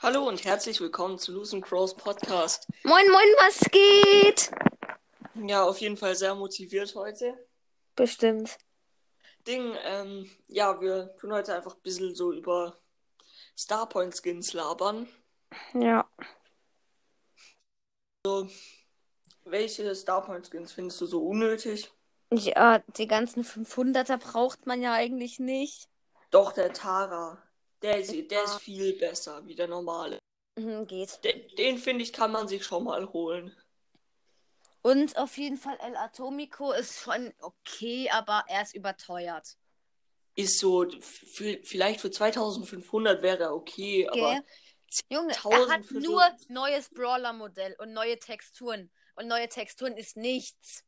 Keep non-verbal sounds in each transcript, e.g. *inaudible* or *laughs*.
Hallo und herzlich willkommen zu Loosen Crows Podcast. Moin, moin, was geht? Ja, auf jeden Fall sehr motiviert heute. Bestimmt. Ding, ähm, ja, wir tun heute einfach ein bisschen so über Starpoint Skins labern. Ja. Welche Starpoint Skins findest du so unnötig? Ja, die ganzen 500er braucht man ja eigentlich nicht. Doch, der Tara. Der ist, der ist viel besser wie der normale. Mhm, geht. Den, den finde ich, kann man sich schon mal holen. Und auf jeden Fall El Atomico ist schon okay, aber er ist überteuert. Ist so, für, vielleicht für 2500 wäre er okay, aber Gell? Junge, er 1000 hat für so- nur neues Brawler-Modell und neue Texturen. Und neue Texturen ist nichts.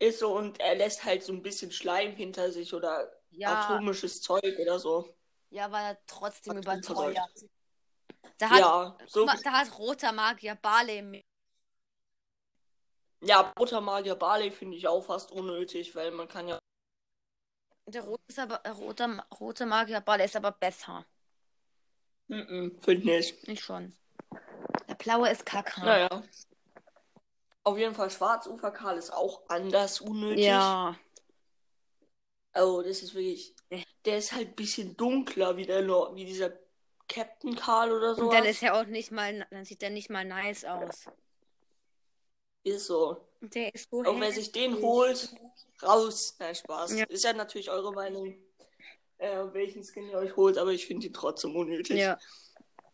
ist so und er lässt halt so ein bisschen Schleim hinter sich oder Ja, atomisches Zeug oder so. ja aber trotzdem Hat uns überteuert. Da hat, ja, so. da hat roter Magier Barley Ja, Roter Magier Barley finde ich auch fast unnötig, weil man kann ja. Der rote, ist aber, äh, rote, rote Magierball ist aber besser. Mm-mm, Finde ich. Ich schon. Der blaue ist kacke. Naja. Auf jeden Fall Schwarzuferkarl ist auch anders unnötig. Ja. Oh, das ist wirklich. Der ist halt ein bisschen dunkler wie, der, Nor- wie dieser Captain Karl oder so. Und dann ist er auch nicht mal, dann sieht er nicht mal nice aus. Ist so. Der ist so Und wer hässlich. sich den holt, raus. Nein, Spaß. Oh, Ja. Ist ja natürlich eure Meinung, äh, welchen Skin ihr euch holt, aber ich finde ihn trotzdem unnötig. Ja.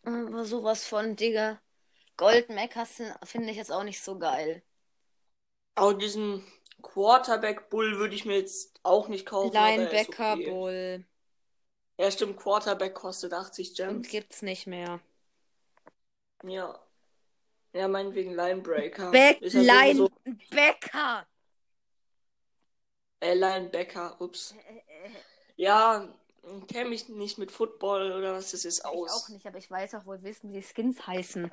Aber sowas von, Digga. Gold Meckerson finde ich jetzt auch nicht so geil. Auch diesen Quarterback Bull würde ich mir jetzt auch nicht kaufen. aber er ist Linebacker okay. Bull. Ja, stimmt, Quarterback kostet 80 Und Gems. gibt's nicht mehr. Ja. Ja, meinetwegen Linebreaker. Back, Ist ja sowieso- Linebacker! Äh, Linebacker, Äh, ups. Ja, kenne mich nicht mit Football oder was das ist Ich auch aus. nicht, aber ich weiß auch wohl wissen, wie die Skins heißen.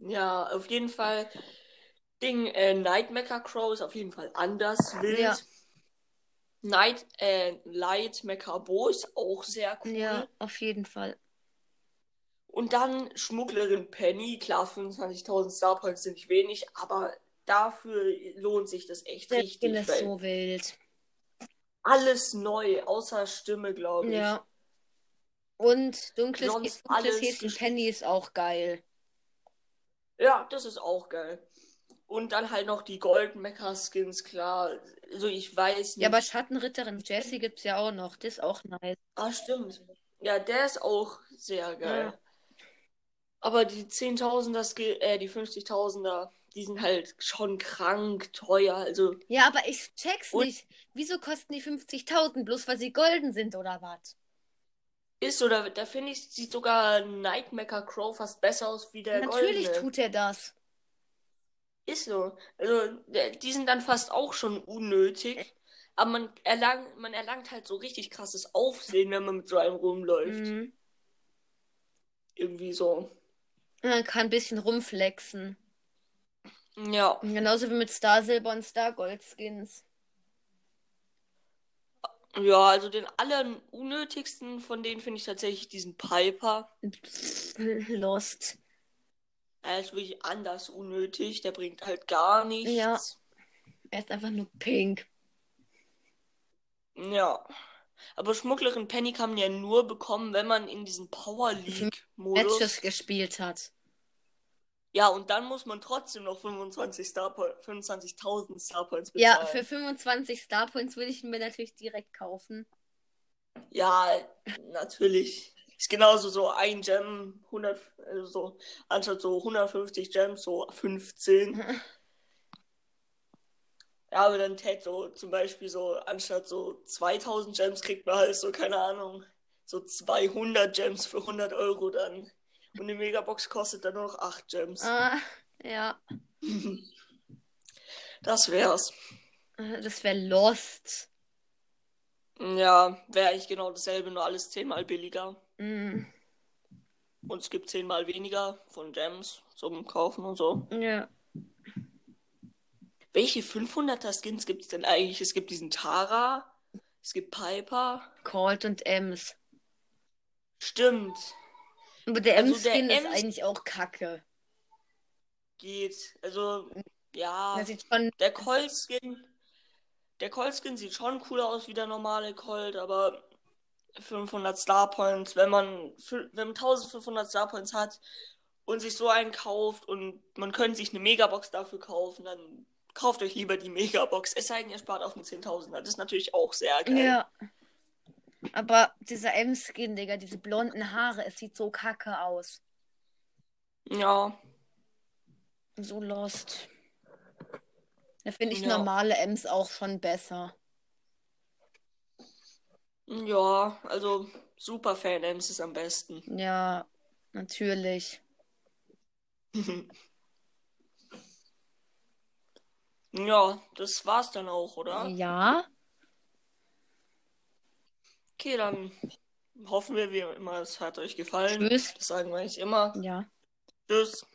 Ja, auf jeden Fall. Ding, äh, Nightmaker Crow ist auf jeden Fall anders wild. Ja. Night, äh, Lightmaker Bo ist auch sehr cool. Ja, auf jeden Fall. Und dann Schmugglerin Penny, klar, 25.000 Starpoints sind nicht wenig, aber dafür lohnt sich das echt Der Skin richtig, ist weil so wild. alles neu, außer Stimme, glaube ich. Ja. Und dunkles, Sonst dunkles alles Häschen geschickt. Penny ist auch geil. Ja, das ist auch geil. Und dann halt noch die Goldmecker-Skins, klar. Also ich weiß nicht. Ja, aber Schattenritterin Jessie gibt's ja auch noch. Das ist auch nice. Ah, stimmt. Ja, der ist auch sehr geil. Ja. Aber die 10.000er, Skill- äh, die 50.000er, die sind halt schon krank teuer. Also, Ja, aber ich check's Und- nicht. Wieso kosten die 50.000? Bloß weil sie golden sind oder was? ist so, da, da finde ich, sieht sogar Nightmaker Crow fast besser aus wie der Natürlich goldene. tut er das. Ist so. Also, der- die sind dann fast auch schon unnötig. Aber man erlangt, man erlangt halt so richtig krasses Aufsehen, wenn man mit so einem rumläuft. Mhm. Irgendwie so. Man kann ein bisschen rumflexen. Ja. Genauso wie mit Star Silber und Star Gold Skins. *laughs* Ja, also den aller unnötigsten von denen finde ich tatsächlich diesen Piper. Lost. Er ist wirklich anders unnötig. Der bringt halt gar nichts. Ja. Er ist einfach nur pink. Ja. Aber Schmugglerin Penny kann man ja nur bekommen, wenn man in diesen Power Matches League-Modus. gespielt hat. Ja, und dann muss man trotzdem noch 25 Starpo- 25.000 Starpoints bezahlen. Ja, für 25 Star Points würde ich ihn mir natürlich direkt kaufen. Ja, natürlich. Ist genauso so ein Gem, 100, also so, anstatt so 150 Gems, so 15. Ja, aber dann Ted so zum Beispiel so, anstatt so 2000 Gems kriegt man halt so, keine Ahnung, so 200 Gems für 100 Euro dann. Und die Megabox kostet dann nur noch 8 Gems. Ah, ja. *laughs* Das wär's. Das wäre Lost. Ja, wäre eigentlich genau dasselbe, nur alles 10 mal billiger. Mm, Und es gibt 10 mal weniger von Gems zum Kaufen und so. ja. Welche 500er Skins gibt es denn eigentlich? Es gibt diesen Tara, es gibt Piper. Colt und Ems. Stimmt. Aber der Also der M-Skin ist M- eigentlich auch kacke. Geht. Also, ja. Das sieht schon. Der Colskin. Der Colskin sieht schon cooler aus wie der normale Colt, aber 500 Star Points, wenn man, fü- wenn man 1500 Star Points hat und sich so einen kauft und man könnte sich eine Megabox dafür kaufen, dann kauft euch lieber die Megabox. Es sei denn, ihr spart auf den 10.000er. Das ist natürlich auch sehr geil. Ja. Aber dieser M-Skin, Digga, diese blonden Haare, es sieht so kacke aus. Ja, So lost. Da finde ich Ja. normale Ms auch schon besser. ja, also Superfan-Ems ist am besten. Ja, natürlich. ja, das war's dann auch, oder? Ja. Okay, dann hoffen wir wie immer, es hat euch gefallen. Tschüss. Das sagen wir eigentlich immer. Ja. Tschüss.